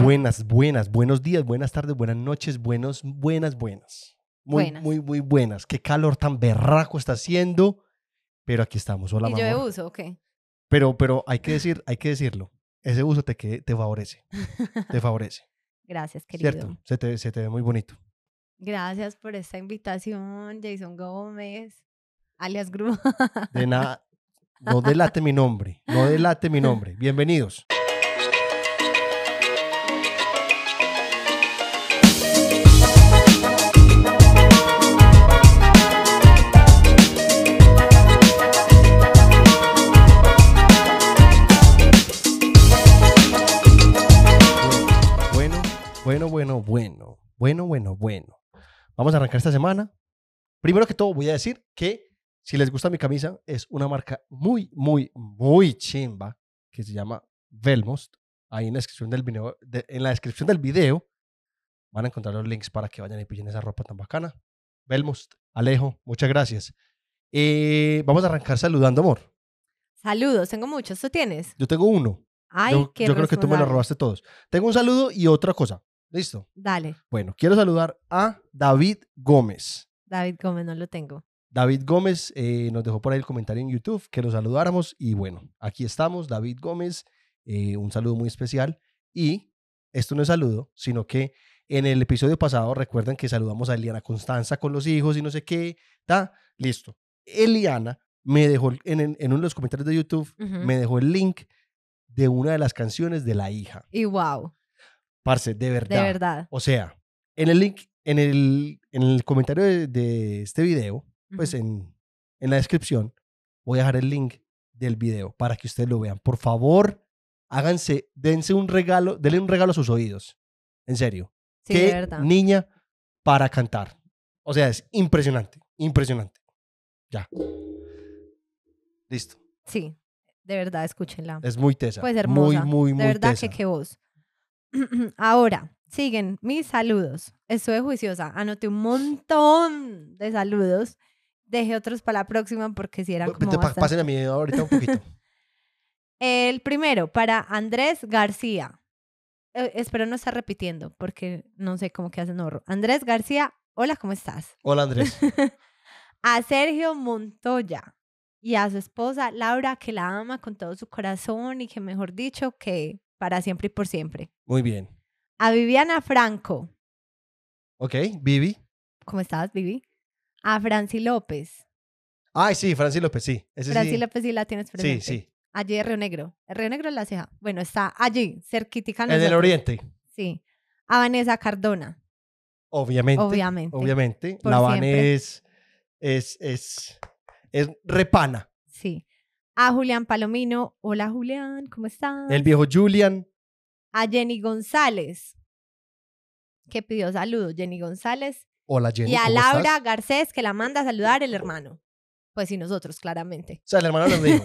Buenas, buenas, buenos días, buenas tardes, buenas noches, buenos, buenas, buenas. Muy, Buenas. muy, muy buenas. Qué calor tan berraco está haciendo, pero aquí estamos. Hola, ¿Y yo de mamor. uso o qué? Pero, pero hay que decir, hay que decirlo. Ese uso te, que- te favorece, te favorece, Gracias, querido. ¿cierto? Se te, se te ve muy bonito. Gracias por esta invitación, Jason Gómez, alias Grúa. De nada, no delate mi nombre, no delate mi nombre. Bienvenidos. Bueno, bueno, bueno, bueno, bueno, bueno, bueno. Vamos a arrancar esta semana. Primero que todo, voy a decir que si les gusta mi camisa, es una marca muy, muy, muy chimba que se llama Velmost. Ahí en la descripción del video, de- en la descripción del video van a encontrar los links para que vayan y pillen esa ropa tan bacana. Velmost, Alejo, muchas gracias. Eh, vamos a arrancar saludando, amor. Saludos, tengo muchos, ¿tú tienes? Yo tengo uno. Ay, yo qué yo creo que tú me lo responsable. robaste todos. Tengo un saludo y otra cosa. Listo. Dale, Bueno, quiero saludar a David Gómez. David Gómez, no lo tengo. David Gómez eh, nos dejó por ahí el comentario en YouTube que lo saludáramos y bueno, aquí estamos, David Gómez, eh, un saludo muy especial y esto no es saludo, sino que en el episodio pasado recuerdan que saludamos a Eliana Constanza con los hijos y no sé qué, ta, listo. Eliana me dejó el- en, en- en uno de los comentarios de YouTube, Ujú. me dejó el link de una de las canciones de la hija. Y wow, Parce, de de verdad. verdad. O sea, en el link, en el, en el comentario de- de este video pues Ujú. en, en la descripción voy a dejar el link del video para que ustedes lo vean. Por favor, háganse, dense un regalo, denle un regalo a sus oídos. En serio. Sí, Qué de verdad. niña para cantar. O sea, es impresionante, impresionante. Ya. Listo. Sí, de verdad, escúchenla. Es muy tesa. Pues hermosa. Muy, muy, de muy verdad tesa. que qué voz. Ahora, siguen mis saludos. Estuve juiciosa, anoté un montón de saludos. Dejé otros para la próxima porque si eran Bu- como te pa- bastante. Pasen a mí ahorita un poquito. El primero, para Andrés García. Eh, espero no estar repitiendo porque no sé cómo que hacen horror. Andrés García, hola, ¿cómo estás? Hola Andrés. A Sergio Montoya y a su esposa Laura, que la ama con todo su corazón y que, mejor dicho, que para siempre y por siempre. Muy bien. A Viviana Franco, Ok, Vivi. ¿cómo estás, Vivi? A Franci López. Ay, sí, Francis López, sí. Ese sí. Franci López sí la tienes Sí, presente. sí. Allí de Río Negro. Río Negro es la ceja. Bueno, está allí, cerquitica. a En el nosotros. oriente. Sí. A Vanessa Cardona. Obviamente. Obviamente. Obviamente. Por La Van siempre. es, es, es, es repana. Sí. A Julián Palomino. Hola, Julián, ¿cómo estás? El viejo Julian. A Jenny González, que pidió saludos. Jenny González. Hola Jenny. y a ¿cómo Laura estás? Garcés, que la manda a saludar el hermano. Pues sí, nosotros, claramente. O sea, el hermano nos dijo.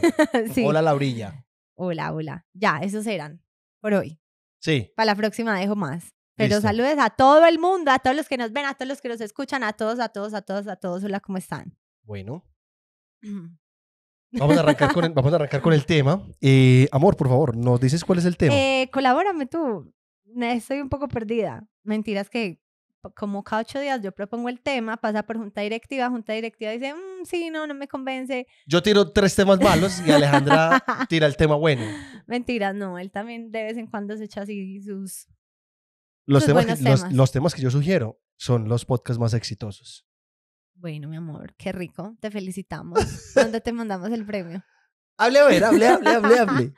Sí. Hola Laurilla. hola, hola. Ya, esos eran por hoy. Sí. Para la próxima dejo más. Pero Listo. saludes a todo el mundo, a todos los que nos ven, a todos los que nos escuchan, a todos, a todos, a todos, a todos. Hola, ¿cómo están? Bueno, vamos a arrancar con el, vamos a arrancar con el tema. Eh, amor, por favor, ¿nos dices cuál es el tema? Eh, colabórame tú. Me- Estoy un poco perdida. Mentiras que po- como cada ocho días yo propongo el tema, pasa por junta directiva, junta directiva dice, "Mm, sí, no, no me convence. Yo tiro tres temas malos y Alejandra tira el tema bueno. Mentiras, no, él también de vez en cuando se echa así sus... Los, Sus temas que, buenos los- temas. los temas que yo sugiero son los podcasts más exitosos. Bueno, mi amor, qué rico, te felicitamos. ¿Dónde te mandamos el premio? Hable a ver, hable, hable, hable, hable.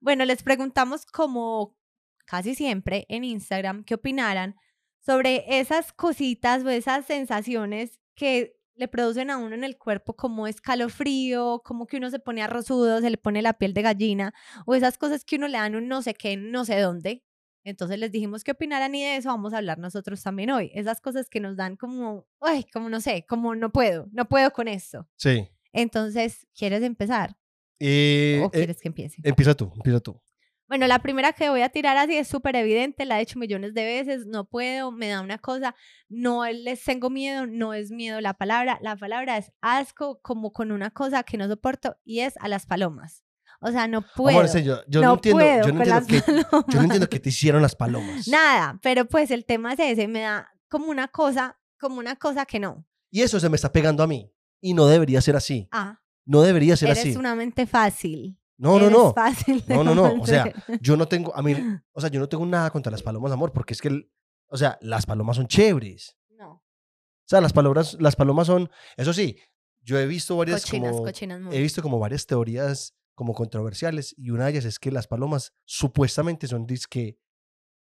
Bueno, les preguntamos como casi siempre en Instagram que opinaran sobre esas cositas o esas sensaciones que le producen a uno en el cuerpo como escalofrío, como que uno se pone arrozudo, se le pone la piel de gallina o esas cosas que uno le dan un no sé qué, no sé dónde. Entonces les dijimos que opinaran y de eso vamos a hablar nosotros también hoy. Esas cosas que nos dan como, ay, como no sé, como no puedo, no puedo con esto. Sí. Entonces, ¿quieres empezar Eh, o eh, quieres que empiece? empieza tú, empieza tú. Bueno, la primera que voy a tirar así es súper evidente, la he hecho millones de veces, no puedo, me da una cosa, no les tengo miedo, no es miedo la palabra, la palabra es asco, como con una cosa que no soporto y es a las palomas. O sea, no puedo. Amor, en serio, yo, no, no entiendo, puedo yo, no con entiendo las que, palomas. yo no entiendo qué te hicieron las palomas. Nada, pero pues el tema es ese, me da como una cosa, como una cosa que no. Y eso se me está pegando a mí. Y no debería ser así. Ah, No debería ser eres así. una mente fácil. No, no, Eres no. fácil de No, no, no. O convencer. sea, yo no tengo, a mí, o sea, yo no tengo nada contra las palomas, amor, porque es que, el- o sea, las palomas son chéveres. no, O sea, las palomas, las palomas son, eso sí, yo he visto varias cochinas, como, cochinas muy. he visto como varias teorías como controversiales y una de ellas es que las palomas supuestamente son disque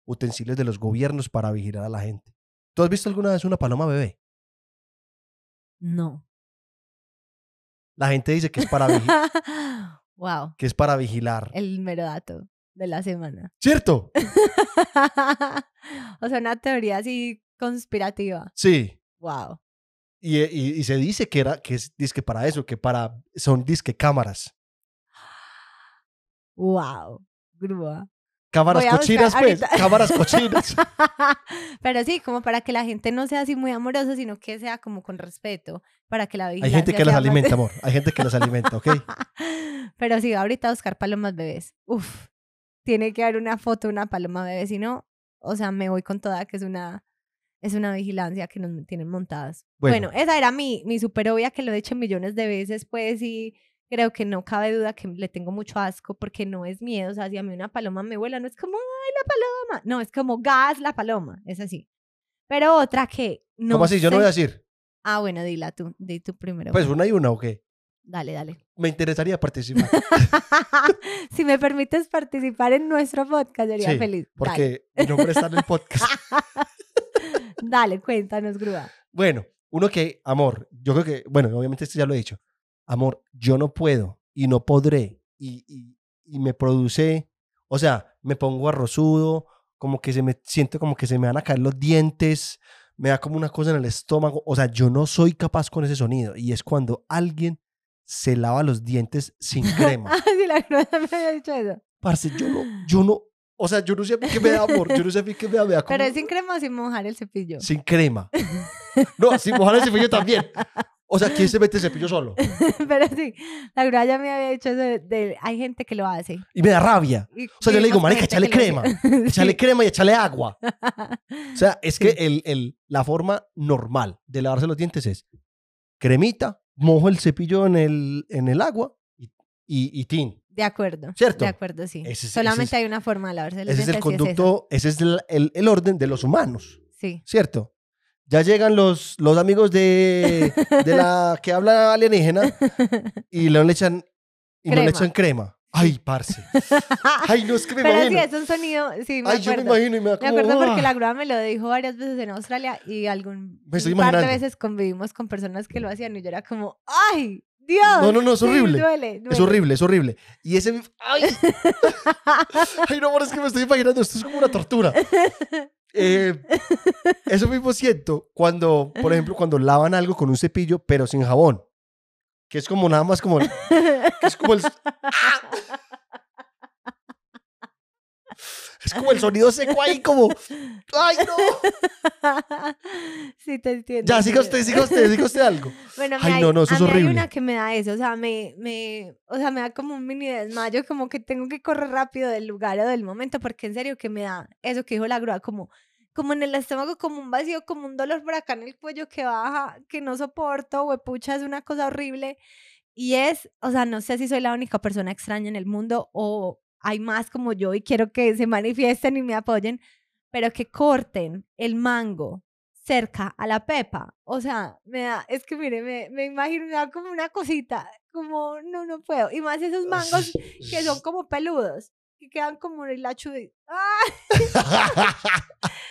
utensilios de los gobiernos para vigilar a la gente. ¿Tú has visto alguna vez una paloma bebé? No. La gente dice que es para, vigi- wow, que es para vigilar. el mero dato de la semana. ¿Cierto? o sea, una teoría así conspirativa. Sí. Wow. Y, y- y se dice que, era, que es disque para eso, que para, son disque cámaras. Wow. Grúa. Cámaras Voy a buscar cochinas, pues. ahorita. Cámaras cochinas. Pero sí, como para que la gente no sea así muy amorosa, sino que sea como con respeto, para que la Hay gente vigilancia que las sea más- alimenta, amor. Hay gente que las alimenta, ¿ok? Pero sí, ahorita buscar palomas bebés. Uf, tiene que haber una foto de una paloma bebé, si no, o sea, me voy con toda que es una es una vigilancia que nos tienen montadas. Bueno. Bueno, esa era mi mi super obvia que lo he dicho millones de veces, pues y creo que no cabe duda que le tengo mucho asco porque no es miedo, o sea, si a mí una paloma me vuela no es como ay, la paloma, no, es como gas la paloma, es así. Pero otra que no ¿Cómo así? Yo no sé- voy a decir. Ah, bueno, dila tú, di tú primero. Pues una y una, ¿ok? dale, dale. Me interesaría participar. si me permites participar en nuestro podcast, sería Sí, feliz. Dale, Porque mi nombre está en el podcast. dale, cuéntanos, grúa. Bueno, uno que, amor, yo creo que, bueno, obviamente esto ya lo he dicho. Amor, yo no puedo y no podré y, y- y me produce, o sea, me pongo arrozudo, como que se me, siento como que se me van a caer los dientes, me da como una cosa en el estómago, o sea, yo no soy capaz con ese sonido y es cuando alguien se lava los dientes sin crema. Ah, sí, la grúa me había dicho eso. Parce, yo no, yo no, o sea, yo no sé a mí qué me da amor, yo no sé a mí qué me da, me da como- Pero es sin crema o sin mojar el cepillo. sin crema. No, sin mojar el cepillo también. O sea, ¿quién se mete el cepillo solo? Pero sí, la grúa ya me había dicho eso de, de- hay gente que lo hace. Y me da rabia. Y- O sea, yo y le digo, hemos marica, gente échale que crema. lo hace". Échale Sí. crema y échale agua. O sea, es que el, el- la forma normal de lavarse los dientes es cremita, mojo el cepillo en el, en el agua y, y, y tin. De acuerdo. ¿Cierto? De acuerdo, sí. Ese es- ese Solamente es- hay una forma de lavarse los Ese es el dientes y esa. conducto, ese es el, el- el orden de los humanos, Sí. ¿cierto? Ya llegan los, los amigos de, de la que habla alienígena y no le echan, y no le Crema. echan crema. Ay, parce. Ay, no es que me Pero sí, imagino. es un sonido, sí, me Ay, yo me acuerdo. imagino y me da Me como, acuerdo porque "Ah". la grúa me lo dijo varias veces en Australia y algún Me estoy un par de imaginando. veces convivimos con personas que lo hacían y yo era como, ¡ay, Dios! No, no, no, es sí, horrible. duele, Es duele". horrible, es horrible. Y ese. ¡Ay! Ay, no, amor, es que me estoy imaginando. Esto es como una tortura. Eh, eso mismo siento cuando, por ejemplo, cuando lavan algo con un cepillo, pero sin jabón. Que es como nada más como. que es como el. ¡Ah! Es como el sonido seco ahí, como. ¡Ay, no! sí, te entiendo. Ya, sí. siga usted, siga usted, siga usted algo. Bueno, me Ay, hay- no, no, eso a es mí horrible. Hay una que me da eso, o sea, me, me, o sea, me da como un mini desmayo, como que tengo que correr rápido del lugar o del momento, porque en serio que me da eso que dijo la grúa, como, como en el estómago, como un vacío, como un dolor por acá en el cuello que baja, que no soporto, huepucha, es una cosa horrible. Y es, o sea, no sé si soy la única persona extraña en el mundo o hay más como yo y quiero que se manifiesten y me apoyen, pero que corten el mango cerca a la pepa. O sea, me da, es que mire, me, me imagino me da como una cosita, como no, no puedo. Y más Ah, esos mangos que son como peludos, que quedan como en la chubi. ¡Ah!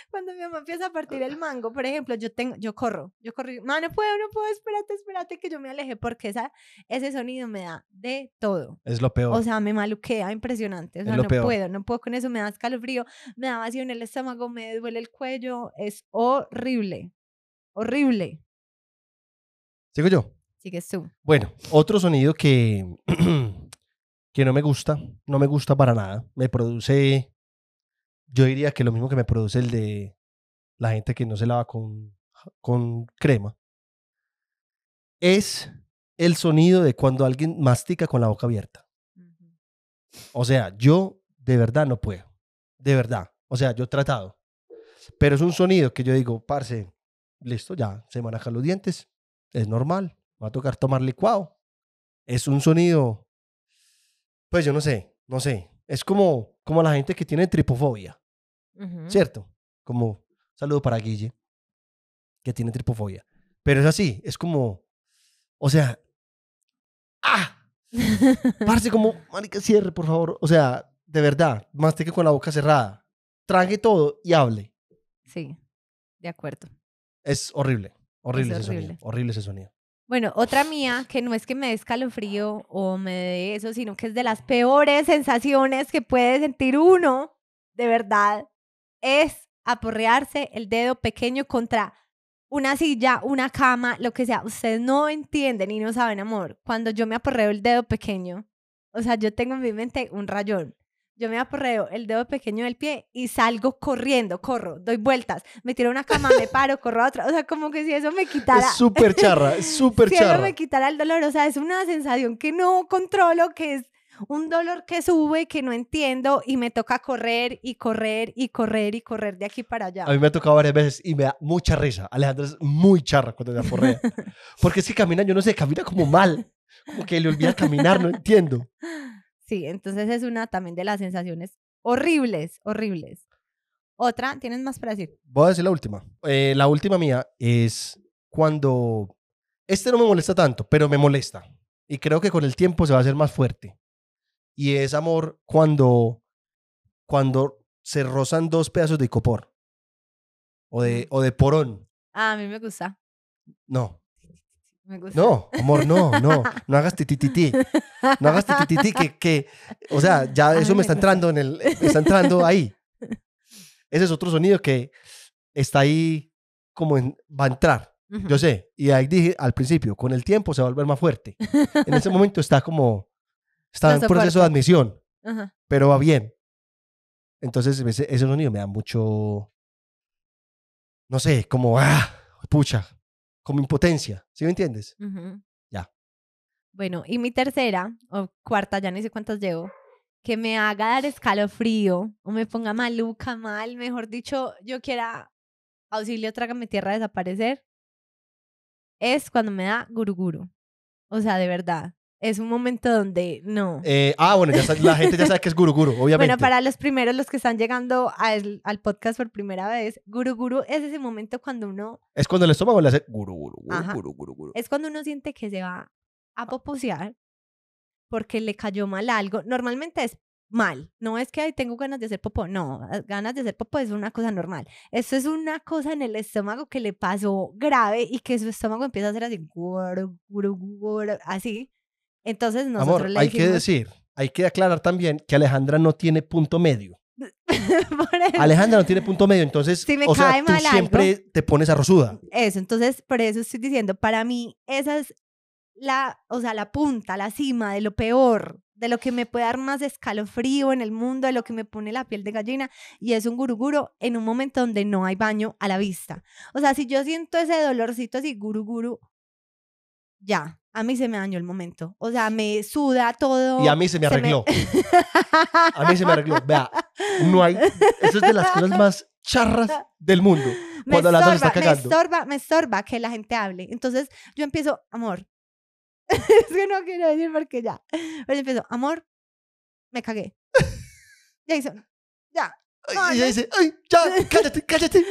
Cuando mi mamá empieza a partir el mango, por ejemplo, yo tengo, yo corro, yo corro, y, "Ma, no puedo, no puedo, espérate, espérate que yo me aleje porque esa, ese sonido me da de todo. Es lo peor. O sea, me maluquea, impresionante. O Es sea, lo no peor. puedo, no puedo con eso. Me da escalofrío, me da vacío en el estómago, me duele el cuello. Es horrible. Horrible. Sigo yo. Sigues tú. Bueno, otro sonido que, que no me gusta, no me gusta para nada. Me produce, yo diría que lo mismo que me produce el de la gente que no se lava con, con crema, es el sonido de cuando alguien mastica con la boca abierta. O sea, yo de verdad no puedo. De verdad. O sea, yo he tratado. Pero es un sonido que yo digo, parce, listo, ya, se manejan los dientes. Es normal. Me va a tocar tomar licuado. Es un sonido. Pues yo no sé, no sé. Es como, como la gente que tiene tripofobia. Ujú. ¿cierto? Como saludo para Guille, que tiene tripofobia. Pero es así, es como, o sea, ¡ah! Parce, como, marica, cierre, por favor. O sea, de verdad, mastique con la boca cerrada. Trague todo y hable. Sí, de acuerdo. Es horrible, horrible Es ese horrible. sonido, horrible ese sonido. Bueno, otra mía, que no es que me dé escalofrío o me dé eso, sino que es de las peores sensaciones que puede sentir uno, de verdad, es aporrearse el dedo pequeño contra una silla, una cama, lo que sea. Ustedes no entienden y no saben, amor, cuando yo me aporreo el dedo pequeño, o sea, yo tengo en mi mente un rayón. Yo me aporreo el dedo pequeño del pie y salgo corriendo, corro, doy vueltas, me tiro a una cama, me paro, corro a otra. O sea, como que si eso me quitara. Es súper charra, es súper Si algo charra. me quitara el dolor, o sea, es una sensación que no controlo, que es un dolor que sube, que no entiendo y me toca correr y correr y correr y correr de aquí para allá. A mí me ha tocado varias veces y me da mucha risa. Alejandra es muy charra cuando se aporrea. Porque es que camina, yo no sé, camina como mal. Como que le olvida caminar, no entiendo. Sí, entonces es una también de las sensaciones horribles, horribles. Otra, ¿tienes más para decir? Voy a decir la última. Eh, la última mía es cuando... Este no me molesta tanto, pero me molesta. Y creo que con el tiempo se va a hacer más fuerte. Y es amor cuando, cuando se rozan dos pedazos de icopor. O de, o de porón. Ah, a mí me gusta, No, me gusta. no, amor, no, no. No hagas titititi. No hagas titititi que, que... O sea, A ya mí eso me me está gusta. entrando en el... me está entrando ahí. Ese es otro sonido que está ahí como en- va a entrar. Ujú. Yo sé, y ahí dije al principio, con el tiempo se va a volver más fuerte. En ese momento está como, está en Lo proceso soporto. de admisión, Ajá. pero va bien. Entonces ese, ese sonido me da mucho, no sé, como, ah, pucha, como impotencia, ¿sí me entiendes? Ujú. Ya. Bueno, y mi tercera o cuarta, ya ni sé cuántas llevo, que me haga dar escalofrío o me ponga maluca, mal, mejor dicho, yo quiera auxilio, trágame tierra, desaparecer, es cuando me da guruguru. O sea, de verdad, es un momento donde no. Eh, ah, bueno, ya sa- la gente ya sabe que es guruguru, obviamente. Bueno, para los primeros, los que están llegando al, al podcast por primera vez, guruguru es ese momento cuando uno, Es cuando el estómago le hace guruguru, Ajá. guruguru, guruguru. es cuando uno siente que se va Ah. a poposear porque le cayó mal algo. Normalmente es mal, no es que "Ay, tengo ganas de hacer popó, no, eh, ganas de hacer popó es una cosa normal. Eso es una cosa en el estómago que le pasó grave y que su estómago empieza a hacer así, guru, guru, guru, así. Entonces nosotros Amor, le hay que dijimos- decir, hay que aclarar también que Alejandra no tiene punto medio. por eso- Alejandra no tiene punto medio, entonces, Si me o sea, cae tú mal algo. siempre te pones arrozuda. Eso, entonces, por eso estoy diciendo, para mí esa es la, o sea, la punta, la cima de lo peor, de lo que me puede dar más escalofrío en el mundo, de lo que me pone la piel de gallina, y es un guruguro en un momento donde no hay baño a la vista. O sea, si yo siento ese dolorcito así, guruguru, ya, a mí se me dañó el momento. O sea, me suda todo. Y a mí se me se me- arregló. A mí se me arregló. Vea, no hay. Eso es de las cosas más charras del mundo. me Cuando la estorba, dos está cagando. Me estorba, me estorba que la gente hable. Entonces yo empiezo, amor. es que no quiero decir porque ya. Pero yo empiezo, amor, me cagué. Jason, ya. Ay, y ella dice, ay, ya, cállate, cállate.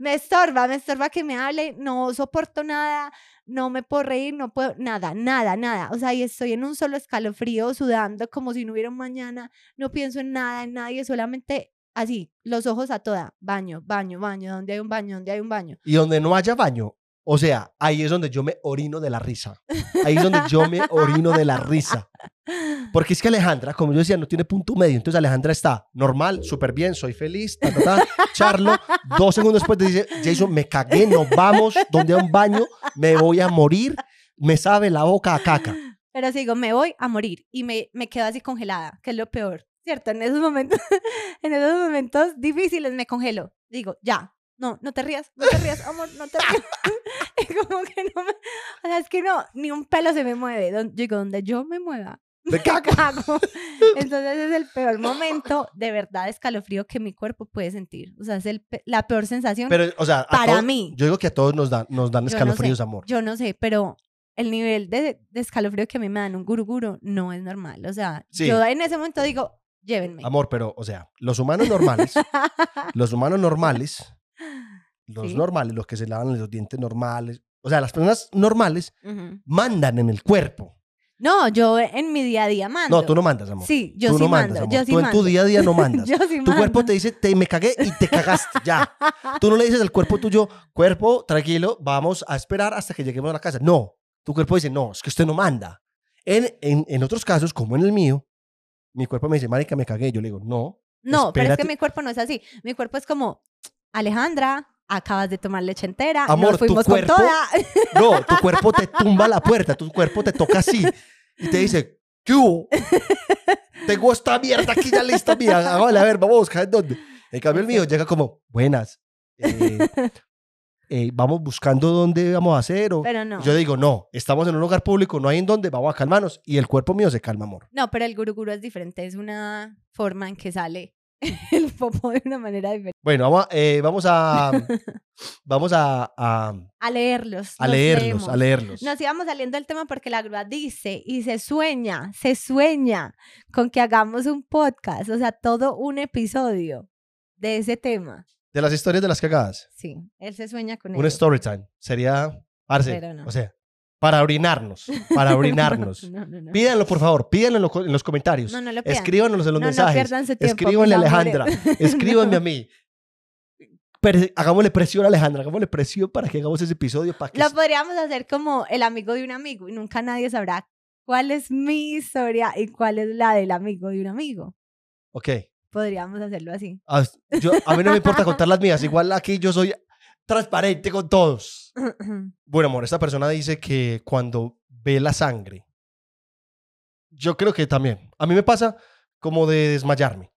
me estorba, me estorba que me hable, no soporto nada, no me puedo reír, no puedo, nada, nada, nada. O sea, y estoy en un solo escalofrío, sudando como si no hubiera un mañana, no pienso en nada, en nadie, solamente así, los ojos a toda, baño, baño, baño, donde hay un baño, donde hay un baño. Y donde no haya baño, o sea, ahí es donde yo me orino de la risa. Ahí es donde yo me orino de la risa. Porque es que Alejandra, como yo decía, no tiene punto medio. Entonces Alejandra está normal, súper bien, soy feliz, ta, ta, ta, charlo. Dos segundos después te dice, Jason, me cagué, nos vamos, donde hay un baño, me voy a morir, me sabe la boca a caca. Pero si digo, me voy a morir y me, me quedo así congelada, que es lo peor, ¿cierto? En esos momentos, en esos momentos difíciles me congelo. Digo, ya, no, no te rías, no te rías, amor, no te rías. y como que no me, o sea, es que no, ni un pelo se me mueve. Don- Yo digo, donde yo me mueva, De caca. cago. Entonces es el peor momento de verdad de escalofrío que mi cuerpo puede sentir. O sea, es el pe- la peor sensación. Pero, o sea, a Para todos- mí. Yo digo que a todos nos dan, nos dan Yo no sé. escalofríos, amor. Yo no sé, pero el nivel de, de escalofrío que a mí me dan un guruguro no es normal. O sea, Sí. yo en ese momento digo, llévenme. Amor, pero, o sea, los humanos normales, los humanos normales, los Sí. normales, los que se lavan los dientes normales, o sea, las personas normales Ujú. mandan en el cuerpo. No, yo en mi día a día mando. No, tú no mandas, amor. Sí, yo tú sí no mando. mandas, amor. Yo sí tú en mando. tu día a día no mandas. Yo sí tu mando. cuerpo te dice, te, me cagué y te cagaste, ya. Tú no le dices al cuerpo tuyo, cuerpo, tranquilo, vamos a esperar hasta que lleguemos a la casa. No, tu cuerpo dice, no, es que usted no manda. En, en, en otros casos, como en el mío, mi cuerpo me dice, marica, me cagué. Yo le digo, no, No, pero es que Espérate. mi cuerpo no es así. Mi cuerpo es como, Alejandra, acabas de tomar leche entera, Amor, nos tu fuimos cuerpo- con toda. no, tu cuerpo te tumba la puerta, tu cuerpo te toca así y te dice, ¿qué hubo? Tengo esta mierda aquí ya lista mía, hágale, a ver, vamos a buscar en dónde. En cambio el mío llega como, buenas, eh, eh, vamos buscando dónde vamos a hacer o... Pero no. Yo digo, no, estamos en un lugar público, no hay en dónde, vamos a calmarnos. Y el cuerpo mío se calma, amor. No, pero el guruguru es diferente, es una forma en que sale el popo de una manera diferente. Bueno, vamos a... eh, vamos a, vamos a, a- a A leerlos. nos leerlos, leemos. a leerlos. Nos íbamos saliendo del tema porque la grúa dice y se sueña, se sueña con que hagamos un podcast, o sea, todo un episodio de ese tema. De las historias de las cagadas. Sí, él se sueña con Un eso. story time. Sería, parce, Pero no. o sea, para orinarnos, para orinarnos. No, no, no. Pídanlo, por favor, pídanlo en, lo- en los comentarios. No, no lo pidan. Escríbanos en los no, no mensajes. pierdan su tiempo. Escríbanle a mis amores. Alejandra. Escríbanme a mí. Pre- hagámosle presión a Alejandra, hagámosle presión para que hagamos ese episodio, para que Lo podríamos hacer como el amigo de un amigo y nunca nadie sabrá cuál es mi historia y cuál es la del amigo de un amigo. Ok. Podríamos hacerlo así. A, yo- a mí no me importa contar las mías. Igual aquí yo soy transparente con todos. Bueno, amor, esta persona dice que cuando ve la sangre, yo creo que también. A mí me pasa como de desmayarme.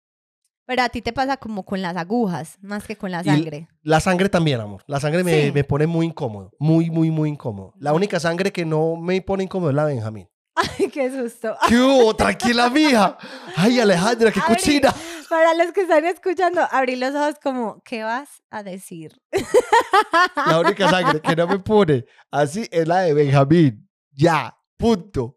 Pero a ti te pasa como con las agujas, más que con la Y l- sangre. La sangre también, amor. La sangre me, Sí. me pone muy incómodo. Muy, muy, muy incómodo. La única sangre que no me pone incómodo es la de Benjamín. Ay, qué susto. ¡Qué hubo? Tranquila, mija. Ay, Alejandra, qué Abrí- cochina. Para los que están escuchando, abrí los ojos como, ¿qué vas a decir? La única sangre que no me pone así es la de Benjamín. Ya, punto.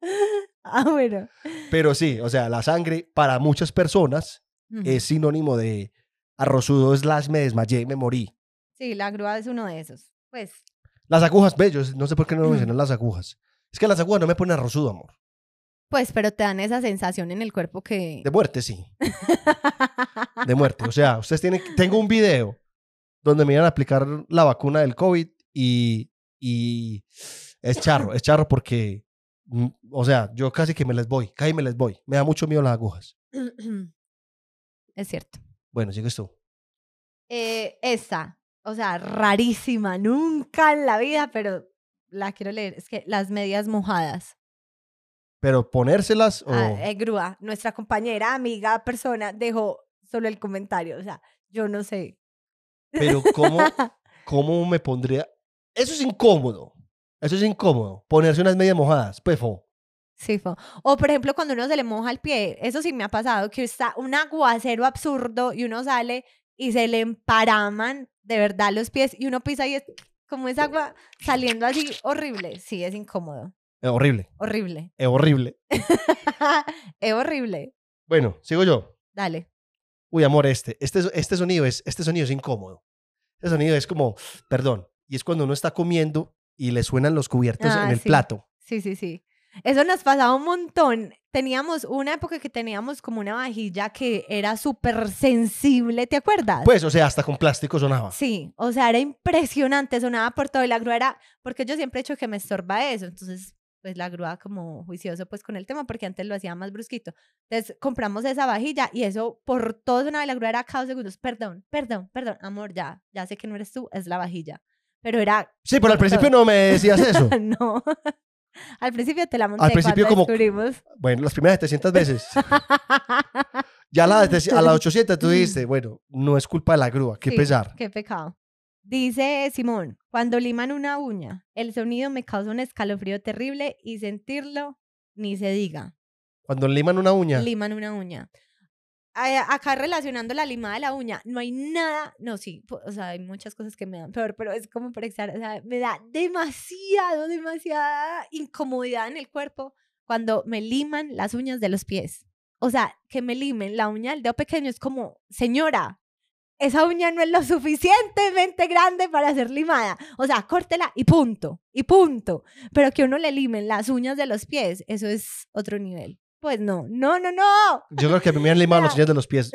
Ah, bueno. Pero sí, o sea, la sangre para muchas personas Mm. es sinónimo de arrozudo, slash, me desmayé, me morí. Sí, la grúa es uno de esos. Pues, Las agujas, bellos, no sé por qué no Mm. mencionan las agujas. Es que las agujas no me ponen arrozudo, amor. pues, pero te dan esa sensación en el cuerpo que... De muerte, sí. De muerte. O sea, ustedes tienen. Tengo un video donde me iban a aplicar la vacuna del COVID y. y es charro, es charro porque. mm, O sea, yo casi que me les voy, casi me les voy. Me da mucho miedo las agujas. es cierto. Bueno, sigues tú. Eh, esta, o sea, rarísima, nunca en la vida, pero la quiero leer. Es que las medias mojadas. Pero ponérselas o. Ah, eh, grúa, nuestra compañera, amiga, persona, dejó solo el comentario. O sea, yo no sé. Pero ¿cómo, ¿cómo me pondría? Eso es incómodo. Eso es incómodo. Ponerse unas medias mojadas. pues, Pefo. Sí, fo. O por ejemplo, cuando uno se le moja el pie, eso sí me ha pasado, que está un aguacero absurdo y uno sale y se le emparaman de verdad los pies y uno pisa y es como esa agua saliendo así horrible. Sí, es incómodo, Es eh, horrible. horrible. Es horrible. es horrible. Bueno, sigo yo. Dale. Uy, amor, este. Este, este, sonido, es, este sonido es incómodo. Este sonido es como, perdón. Y es cuando uno está comiendo y le suenan los cubiertos Ah, en el sí. plato. Sí, sí, sí. Eso nos pasaba un montón. Teníamos una época que teníamos como una vajilla que era súper sensible, ¿te acuerdas? Pues, o sea, hasta con plástico sonaba. Sí, o sea, era impresionante, sonaba por todo y la grúa era, porque yo siempre he hecho que me estorba eso, entonces pues la grúa como juicioso pues con el tema porque antes lo hacía más brusquito. Entonces compramos esa vajilla y eso por todo sonaba y la grúa era cada dos segundos, perdón, perdón, perdón, amor, ya, ya sé que no eres tú, es la vajilla. Pero era, Sí, pero al Por principio no me decías eso. no, al principio te la monté principio cuando como- descubrimos. Bueno, las primeras 700 veces. Ya a las, a las 800 tú dijiste, bueno, no es culpa de la grúa, qué Sí, pesar. Qué pecado. Dice Simón, cuando liman una uña, el sonido me causa un escalofrío terrible y sentirlo ni se diga. Cuando liman una uña. liman una uña. A- Acá relacionando la limada de la uña, no hay nada, no, sí, po- o sea, hay muchas cosas que me dan peor, pero es como para exagerar, o sea, me da demasiado, demasiada incomodidad en el cuerpo cuando me liman las uñas de los pies. O sea, que me limen la uña del dedo pequeño es como, señora, esa uña no es lo suficientemente grande para ser limada. O sea, córtela y punto, y punto. Pero que uno le limen las uñas de los pies, eso es otro nivel. Pues no, no, no, no. Yo creo que a mí me han limado las uñas de los pies.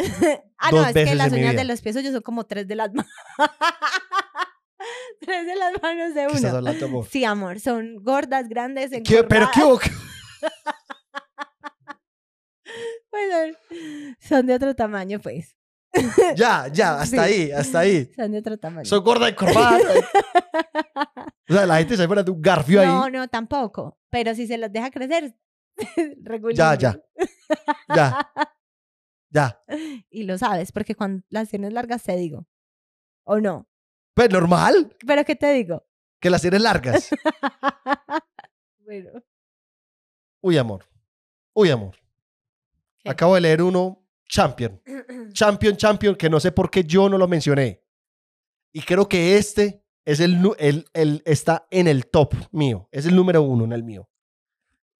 Ah, no, Dos es veces que en las mi uñas vida. de los pies yo son como tres de las manos. tres de las manos de ¿Qué estás uno. hablando, amor? Sí, amor, son gordas, grandes, ¿Qué- ¿Pero qué encorvadas, hubo? pues, son- son de otro tamaño, pues. Ya, ya, hasta Sí. ahí, hasta ahí. Son de otro tamaño. Soy gorda y corbata. o sea, la gente se pone de un garfio no, ahí. no, tampoco. Pero si se los deja crecer, Ya, regular. ya. Ya. Ya. Y lo sabes, porque cuando las tienes largas te digo. ¿O no? Pues normal ¿Pero qué te digo? que las tienes largas. Bueno. Uy, amor. Uy, amor. ¿Qué? Acabo de leer uno, Champion. Champion, Champion, que no sé por qué yo no lo mencioné. Y creo que este es el, nu- el, el- está en el top mío. Es el número uno en el mío.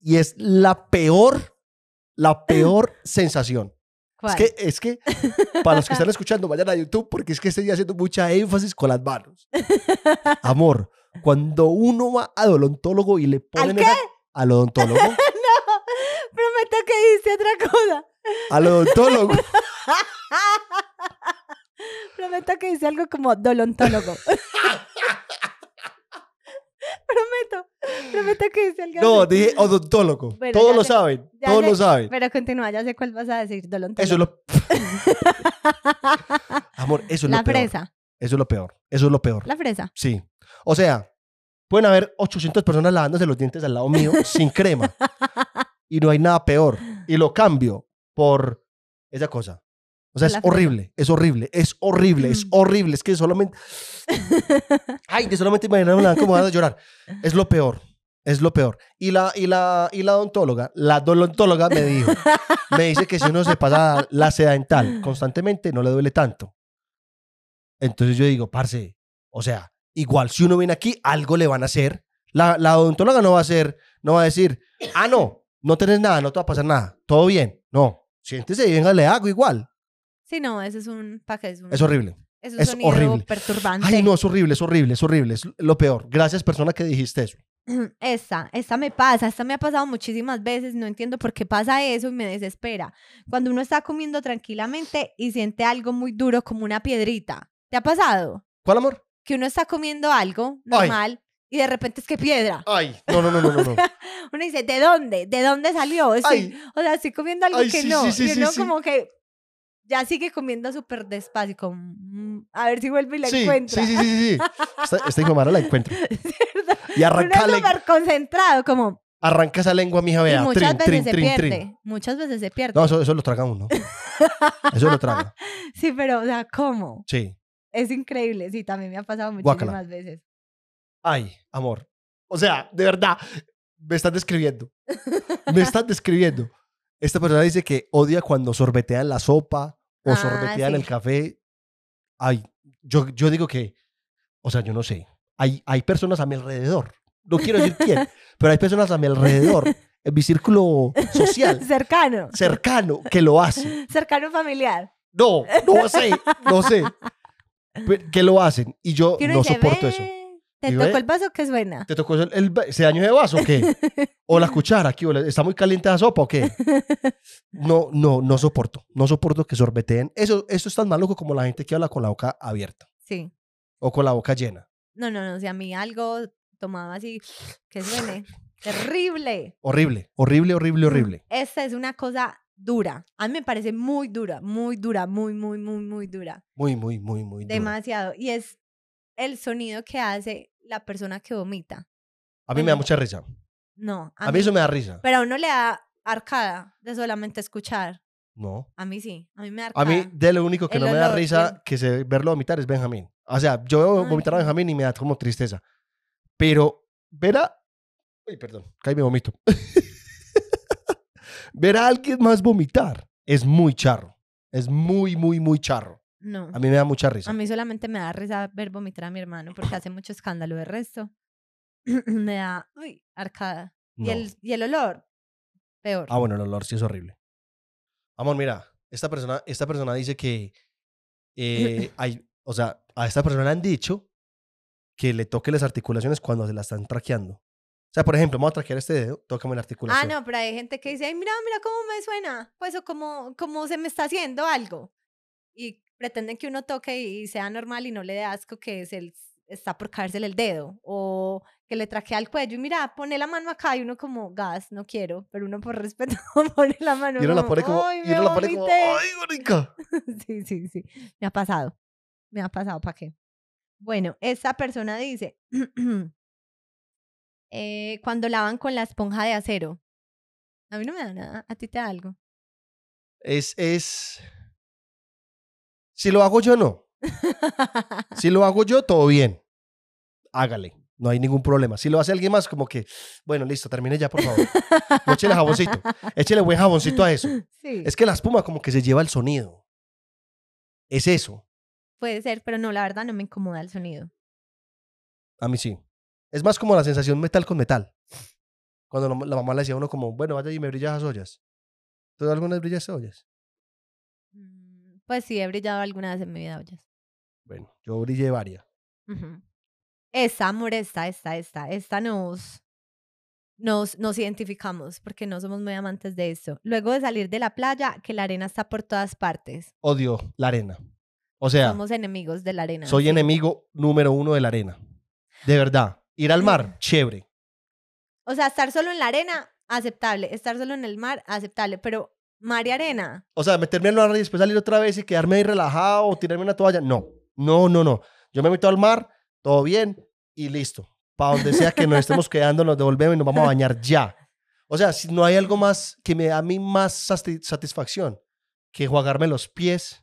Y es la peor, la peor sensación. ¿Cuál? Es que, es que, para los que están escuchando, vayan a YouTube porque es que estoy haciendo mucha énfasis con las manos. Amor, cuando uno va al odontólogo y le ponen qué? esa- al odontólogo, Prometo que hice otra cosa. al odontólogo, Prometo que dice algo como dolontólogo. prometo, prometo que dice algo. no, así. dije odontólogo, Bueno, todos ya lo sé, saben, ya todos sé. lo saben. Pero continúa, ya sé cuál vas a decir, dolontólogo. Eso es lo Amor, eso es la lo peor. fresa, Eso es lo peor. Eso es lo peor. la fresa. Sí. O sea, pueden haber 800 personas lavándose los dientes al lado mío sin crema. Y no hay nada peor. Y lo cambio por esa cosa. O sea, La es fruta. horrible, es horrible, es horrible, es Mm. horrible. Es que solamente... Ay, que solamente imaginarme la cómo vas a llorar. Es lo peor, es lo peor. Y la, y la, y la odontóloga, la odontóloga me dijo, me dice que si uno se pasa la sedental constantemente, no le duele tanto. Entonces yo digo, parce, o sea, igual si uno viene aquí, algo le van a hacer. La, la odontóloga no va a hacer, no va a decir, ah, no, no tenés nada, no te va a pasar nada, todo bien. No, siéntese y venga, le hago igual. Sí, no, eso es un paquete. Es, un- Es horrible. es un es sonido horrible. perturbante. Ay, no, es horrible, es horrible, es horrible, es lo peor. Gracias, persona que dijiste eso. Esta, esta me pasa, esta me ha pasado muchísimas veces, no entiendo por qué pasa eso y me desespera. Cuando uno está comiendo tranquilamente y siente algo muy duro como una piedrita. ¿Te ha pasado? ¿Cuál amor? que uno está comiendo algo Ay. normal y de repente es que piedra. Ay, no, no, no, no, no. no. Uno dice, ¿de dónde? ¿De dónde salió? Estoy- Ay, o sea, estoy comiendo algo Ay, que sí, no. sí, sí, y sí, uno sí. como que ya sigue comiendo súper despacio. y Como, mm, a ver si vuelve y la sí, sí, encuentra. sí, sí, sí. sí. Esta, esta hijo de madre la encuentro. Y Uno arranca, es la- súper concentrado, como. arranca esa lengua, mija, Y vea. Trin, muchas veces trin, se trin, pierde. trin. Muchas veces se pierde. No, eso, eso lo traga uno. Eso lo traga. Sí, pero, o sea, ¿cómo? Sí. Es increíble. Sí, también me ha pasado muchísimas Guácala. veces. Ay, amor. O sea, de verdad, me están describiendo. Me están describiendo. Esta persona dice que odia cuando sorbetean la sopa o Ah, sorbetean sí. el café. Ay, yo, yo digo que, o sea, yo no sé. Hay, hay personas a mi alrededor. No quiero decir quién, pero hay personas a mi alrededor, en mi círculo social, Cercano. cercano, que lo hacen. Cercano familiar. No, no sé, no sé. Pero Que lo hacen. Y yo Que uno no dice, soporto eso. "Ve, Te Y ve- tocó el vaso que suena. ¿Te tocó el, el va- se dañó ese vaso o qué? ¿O la cuchara? ¿Qué hubo? ¿Está muy caliente la sopa o qué? No, no, no soporto. No soporto que sorbeteen. Eso, eso es tan maluco como la gente que habla con la boca abierta Sí. o con la boca llena. No, no, no, si a mí algo tomaba así, que suene. Terrible. Horrible, horrible, horrible, horrible. Esta es una cosa dura. A mí me parece muy dura, muy dura, muy, muy, muy, muy dura. Muy, muy, muy, muy duro. Demasiado. Y es el sonido que hace la persona que vomita. A mí me da mucha risa. No, a, A mí, mí eso me da risa. Pero a uno le da arcada de solamente escuchar. No. A mí sí, a mí me da A arcada. mí, de lo único que Ah. El Ah, no me da olor, risa bien. que se, verlo vomitar es Benjamín. O sea, yo veo Ay, vomitar a sí. Benjamín y me da como tristeza. Pero, verá. Uy, perdón, caí me vomito. Ver a alguien más vomitar es muy charro. Es muy, muy, muy charro. No. A mí me da mucha risa. A mí solamente me da risa ver vomitar a mi hermano porque hace mucho escándalo. De resto, me da uy, arcada. Y, No. el, y el olor, peor. Ah, bueno, el olor sí es horrible. Amor, mira, esta persona, esta persona dice que eh, hay, o sea, a esta persona le han dicho que le toque las articulaciones cuando se la están traqueando. O sea, por ejemplo, vamos a traquear este dedo, tócame la Ah, articulación. no, pero hay gente que dice, ay, mira, mira cómo me suena, pues, o como, como se me está haciendo algo. Y pretenden que uno toque y sea normal y no le dé asco que se l- está por caérsele el dedo o que le traquea el cuello y mira, pone la mano acá y uno como, gas, no quiero, pero uno por respeto pone la mano. Y uno la como, pone como, "Ay, y me uno la pone como, vomité". ay, marica. Sí, sí, sí. Me ha pasado. Me ha pasado, ¿para qué? Bueno, esta persona dice, eh, cuando lavan con la esponja de acero. A mí no me da nada, a ti te da algo. Es, es, si lo hago yo, no. Si lo hago yo, todo bien. Hágale. No hay ningún problema. Si lo hace alguien más, como que, bueno, listo, termine ya, por favor. No échele jaboncito. Échele buen jaboncito a eso. sí, Es que la espuma como que se lleva el sonido. Es eso. puede ser, pero no, la verdad no me incomoda el sonido. A mí sí. Es más como la sensación metal con metal. Cuando la la mamá le decía a uno como, bueno, vaya y me brillas las ollas. ¿Tú algunas brillas esas ollas? Mm, Pues sí, he brillado alguna vez en mi vida, ollas. Bueno, yo brillé varias. Ujú. Esta, amor, esta, esta, esta, esta nos, nos, nos identificamos porque no somos muy amantes de esto. Luego de salir de la playa, que la arena está por todas partes. Odio la arena. O sea, Somos enemigos de la arena. soy sí. enemigo número uno de la arena. De verdad. Ir al mar, chévere. O sea, estar solo en la arena, aceptable. Estar solo en el mar, aceptable. Pero mar y arena, O sea, meterme al mar y después salir otra vez y quedarme ahí relajado o tirarme una toalla. No, no, no, no. Yo me meto al mar, todo bien y listo. Para donde sea que nos estemos quedando, nos devolvemos y nos vamos a bañar ya. O sea, si no hay algo más que me da a mí más sati- satisfacción que jugarme los pies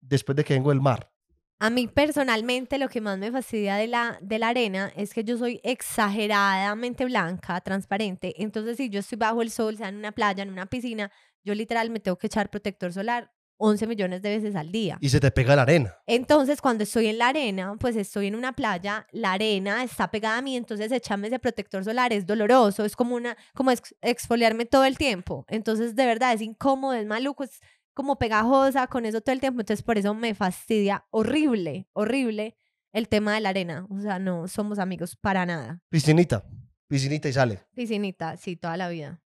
después de que vengo del mar. a mí personalmente lo que más me fastidia de la, de la arena es que yo soy exageradamente blanca, transparente. Entonces, si yo estoy bajo el sol, sea en una playa, en una piscina, yo literal me tengo que echar protector solar 11 millones de veces al día. Y se te pega la arena. Entonces, cuando estoy en la arena, pues estoy en una playa, la arena está pegada a mí, entonces echarme ese protector solar es doloroso, es como una, como ex- exfoliarme todo el tiempo. Entonces, de verdad, es incómodo, es maluco, es como pegajosa con eso todo el tiempo. Entonces, por eso me fastidia horrible, horrible el tema de la arena. O sea, no somos amigos para nada. Piscinita, piscinita y sale. Piscinita, sí, toda la vida.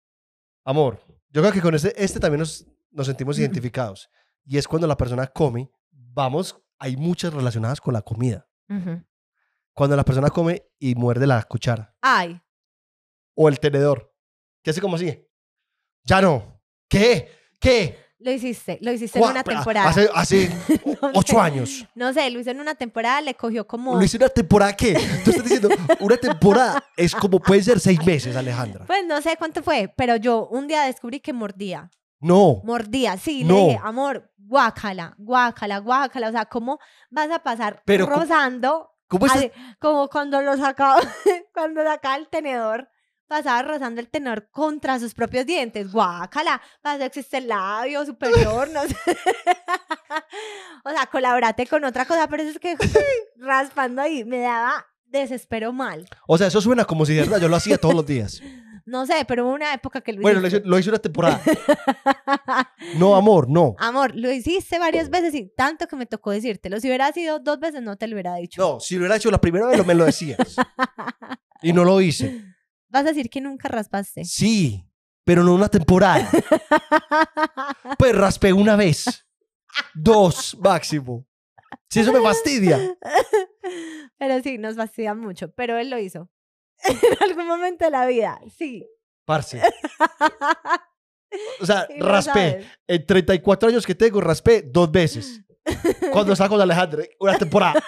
Amor, yo creo que con este, este también nos, nos sentimos identificados. Y es cuando la persona come, vamos, hay muchas relacionadas con la comida. Ujú. Cuando la persona come y muerde la cuchara Ay, o el tenedor, que hace como así. Ya no. ¿Qué? ¿Qué? lo hiciste, lo hiciste en Cua- una pero temporada. pues, Hace, hace o- No ocho sé. años. No sé, lo hizo en una temporada, le cogió como... Lo hice una temporada qué? Tú estás diciendo, una temporada es como puede ser seis meses, Alejandra. Pues no sé cuánto fue, pero yo un día descubrí que mordía. No. Mordía, sí, No. le dije, amor, guácala, guácala, guácala. O sea, ¿cómo vas a pasar Pero ¿cómo- Pues rozando? ¿Cómo estás? Ale- como cuando lo sacaba, cuando sacaba el tenedor, pasaba rozando el tenedor contra sus propios dientes. Guácala, pasó existe el labio superior, no sé. o sea, colaborate con otra cosa, pero eso es que raspando ahí me daba desespero mal. O sea, eso suena como si de verdad yo lo hacía todos los días. No sé, pero hubo una época que lo Bueno, lo hiciste. hice, lo hice una temporada. No, amor, no. Amor, lo hiciste varias veces y tanto que me tocó decírtelo. Si hubiera sido dos veces, no te lo hubiera dicho. No, si lo hubiera hecho la primera vez, lo- me lo decías. Y no lo hice. Vas a decir que nunca raspaste. Sí, pero no una temporada. Pues raspé una vez. Dos máximo. Si eso me fastidia. Pero sí, nos fastidia mucho. Pero él lo hizo. en algún momento de la vida, sí. Parce. O sea, Sí, lo raspé. sabes. En 34 años que tengo, raspé dos veces. Cuando saco de Alejandra, una temporada.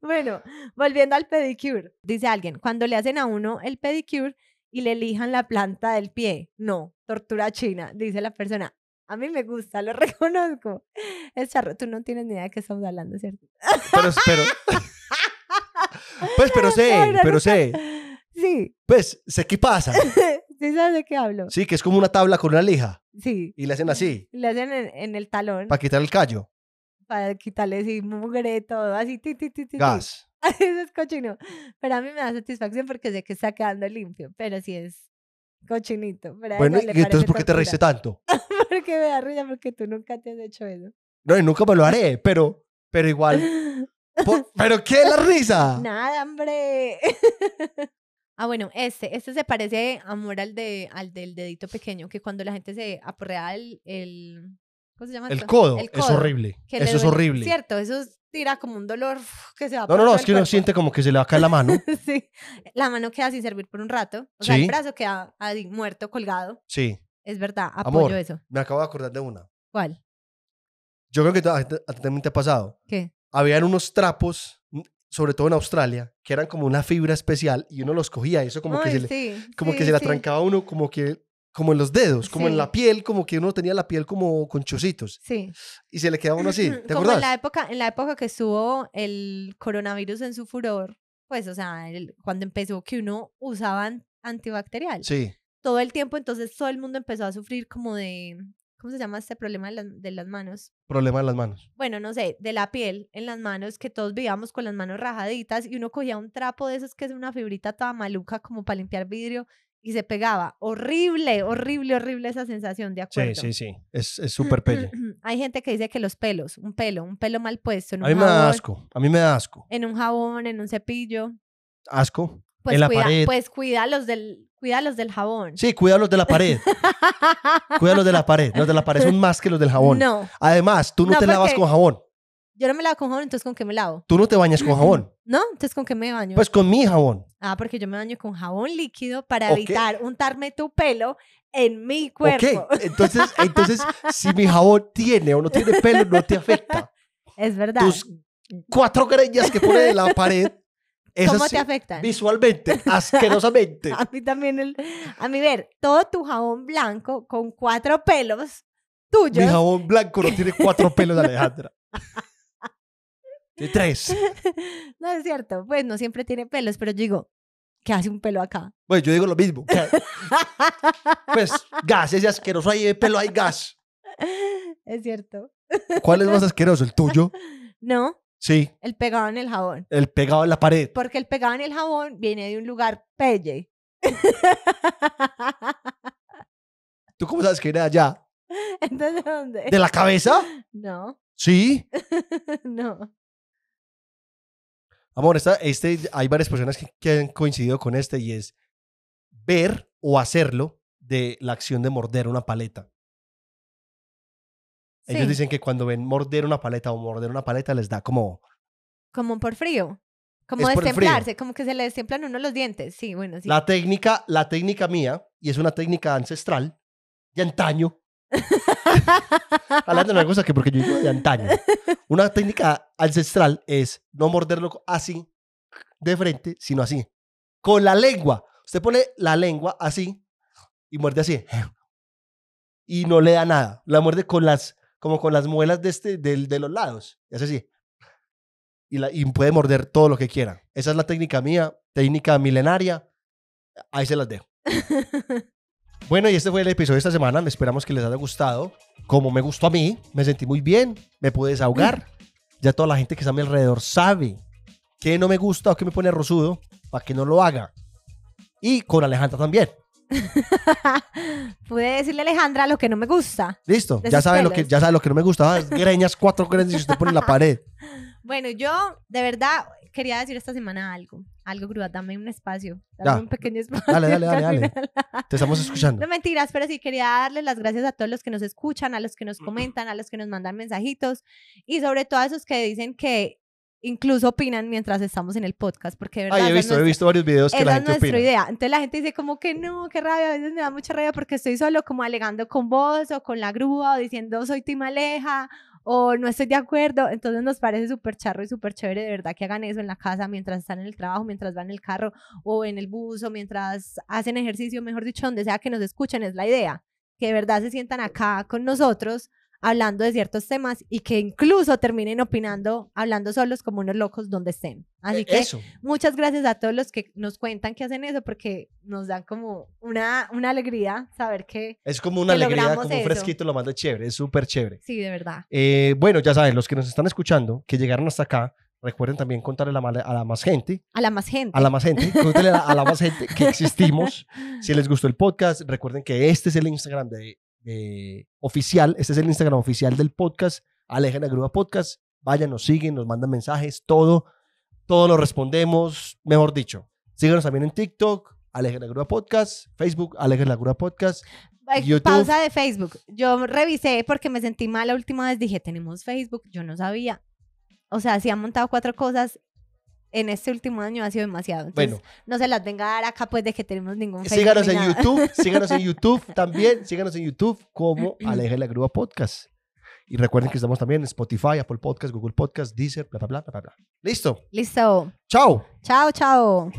bueno, volviendo al pedicure. Dice alguien, cuando le hacen a uno el pedicure y le elijan la planta del pie. No, tortura china, dice la persona. A mí me gusta, lo reconozco. Es charro, tú no tienes ni idea de qué estamos hablando, ¿cierto? Pero, pero. Pues, pero sé, pero sé. Sí, Pues, sé qué pasa. ¿Sí sabes de qué hablo? Sí, que es como una tabla con una lija Sí. y le hacen así Le hacen en, en el talón para quitar el callo. para quitarle así mugre, todo, así, ti, ti, ti, ti, ti. Gas. Eso es cochino. Pero a mí me da satisfacción porque sé que está quedando limpio, pero sí es cochinito. Pero a ella Bueno, le y entonces parece ¿por qué te tortura. reíste tanto? Porque me da risa porque tú nunca te has hecho eso. No, y nunca me lo haré, pero, pero igual. por- ¿Pero qué es la risa? Nada, hombre. ah, bueno, este, este se parece, amor, al, de, al del dedito pequeño, que cuando la gente se aporrea el... el- ¿Cómo se llama? El esto? codo, El es codo, horrible. que le Eso es duele. horrible. Cierto, eso es- tira como un dolor uf, que se va No, por no, no, todo es el que uno cuerpo. siente como que se le va a caer la mano. Sí. La mano queda sin servir por un rato. O sea, Sí. el brazo queda ahí muerto, colgado. Sí, Es verdad, apoyo Amor. eso. me acabo de acordar de una. ¿Cuál? Yo creo que a ti a ti también te ha pasado. ¿Qué? Habían unos trapos, mm, sobre todo en Australia, que eran como una fibra especial y uno los cogía y eso como que Ay, se le, sí, como que sí, se la sí. trancaba a uno como que como en los dedos, como en Sí. la piel, como que uno tenía la piel como con chocitos Sí. y se le quedaba uno así, ¿te como en acordás? la, época, en la época que estuvo el coronavirus en su furor, pues, o sea, el- cuando empezó que uno usaba an- antibacterial Sí, todo el tiempo, entonces todo el mundo empezó a sufrir como de, ¿cómo se llama este problema de las, de las manos? problema en las manos. Bueno, no sé, de la piel en las manos, que todos vivíamos con las manos rajaditas y uno cogía un trapo de esos que es una fibrita toda maluca como para limpiar vidrio y se pegaba. Horrible, horrible, horrible esa sensación, ¿de acuerdo? sí, es es súper pelle. Hay gente que dice que los pelos, un pelo, un pelo mal puesto, en A mí un, me da jabón, asco, a mí me da asco. en un jabón, en un cepillo. Asco. Pues En la cuida, pared. Pues cuida los del, cuida los del jabón. Sí, cuida los de la pared, cuida los de la pared. Los de la pared son más que los del jabón. No, Además, tú no, No, te lavas porque- con jabón, yo no me lavo con jabón, entonces ¿con qué me lavo? tú no te bañas con jabón. ¿No? Entonces ¿con qué me baño? Pues con mi jabón. ah, porque yo me baño con jabón líquido para Ok. evitar untarme tu pelo en mi cuerpo. Ok, entonces, entonces si mi jabón tiene o no tiene pelo, no te afecta. Es verdad. Tus cuatro greñas que pone de la pared, esas ¿Cómo sí, te afectan? visualmente, asquerosamente. A mí también el, a mí ver, todo tu jabón blanco con cuatro pelos tuyos. mi jabón blanco no tiene cuatro pelos de Alejandra. Tiene tres. No es cierto, pues no siempre tiene pelos, pero yo digo, ¿qué hace un pelo acá? Bueno, yo digo lo mismo. que- Pues gas, ese asqueroso ahí de pelo, hay gas. Es cierto. ¿Cuál es más asqueroso? ¿El tuyo? No, Sí, el pegado en el jabón. el pegado en la pared. Porque el pegado en el jabón viene de un lugar pelle. ¿Tú cómo sabes que era allá? Entonces, ¿dónde? ¿De la cabeza? No, Sí. no. Amor, esta- este, hay varias personas que, que han coincidido con este y es ver o hacerlo de la acción de morder una paleta. Ellos Sí, dicen que cuando ven morder una paleta o morder una paleta les da como... como por frío. Como Es por el frío. destemplarse, como que se le destemplan uno los dientes. Sí, bueno, sí. La técnica, la técnica mía, y es una técnica ancestral, de antaño. Hablando de una cosa que porque yo digo de antaño. Una técnica ancestral es no morderlo co- así, de frente, sino así. Con la lengua. Usted pone la lengua así y muerde así. Y no le da nada. La muerde con las, como con las muelas de, este, del- de, los lados. Y hace así. Y, la, y puede morder todo lo que quiera. Esa es la técnica mía, técnica milenaria. Ahí se las dejo. Bueno, y este fue el episodio de esta semana. Esperamos que les haya gustado. Como me gustó a mí, me sentí muy bien, me pude desahogar. Ya toda la gente que está a mi alrededor sabe que no me gusta o que me pone rosudo para que no lo haga. Y con Alejandra también. Pude decirle a Alejandra lo que no me gusta. Listo. De Ya sus saben lo que pelos. ya saben lo que no me gusta. Ah, Greñas, cuatro greñas y usted pone en la pared. Bueno, yo de verdad quería decir esta semana algo. Algo, grúa, dame un espacio. Ya. Dame un pequeño espacio. Dale, dale, dale, dale. Camila. Te estamos escuchando. No mentiras, pero sí quería darles las gracias a todos los que nos escuchan, a los que nos comentan, a los que nos mandan mensajitos y sobre todo a esos que dicen que incluso opinan mientras estamos en el podcast, porque de verdad Ay, he esa es visto, he nuestra- visto varios videos que esa la es gente nuestra opina. idea. Entonces la gente dice como que no, qué rabia, a veces me da mucha rabia porque estoy solo como alegando con vos o con la grúa o diciendo soy timaleja o no estoy de acuerdo. Entonces nos parece súper charro y súper chévere de verdad que hagan eso en la casa mientras están en el trabajo, mientras van en el carro o en el bus o mientras hacen ejercicio, mejor dicho, donde sea que nos escuchen, es la idea. Que de verdad se sientan acá con nosotros hablando de ciertos temas y que incluso terminen opinando, hablando solos como unos locos donde estén. Así que Eso. muchas gracias a todos los que nos cuentan que hacen eso porque nos dan como una, una alegría saber que Es como una que alegría, logramos como un eso. fresquito, lo manda chévere, es súper chévere. sí, de verdad. Eh, bueno, ya saben, los que nos están escuchando, que llegaron hasta acá, recuerden también contarle a la, mala- a la más gente, A la más gente. a la más gente, contarle a la, a la más gente que existimos. Si les gustó el podcast, recuerden que este es el Instagram de, de- oficial, este es el Instagram oficial del podcast, Alejen la Grúa Podcast. Vayan, nos siguen, nos mandan mensajes, todo, todo lo respondemos, mejor dicho. Síganos también en TikTok, Alejen la Grúa Podcast, Facebook, Alejen la Grúa Podcast. Ay, YouTube. Pausa de Facebook. Yo revisé porque me sentí mal la última vez. Dije, tenemos Facebook. Yo no sabía. O sea, si han montado cuatro cosas en este último año ha sido demasiado. Entonces, Bueno, no se las venga a dar acá pues de que tenemos ningún Facebook. síganos ni en nada. YouTube, síganos en YouTube también, síganos en YouTube como Alejen la Grúa Podcast. Y recuerden que estamos también en Spotify, Apple Podcast, Google Podcast, Deezer, bla, bla, bla, bla, bla. bla. Listo. Listo. Chao. Chao, chao.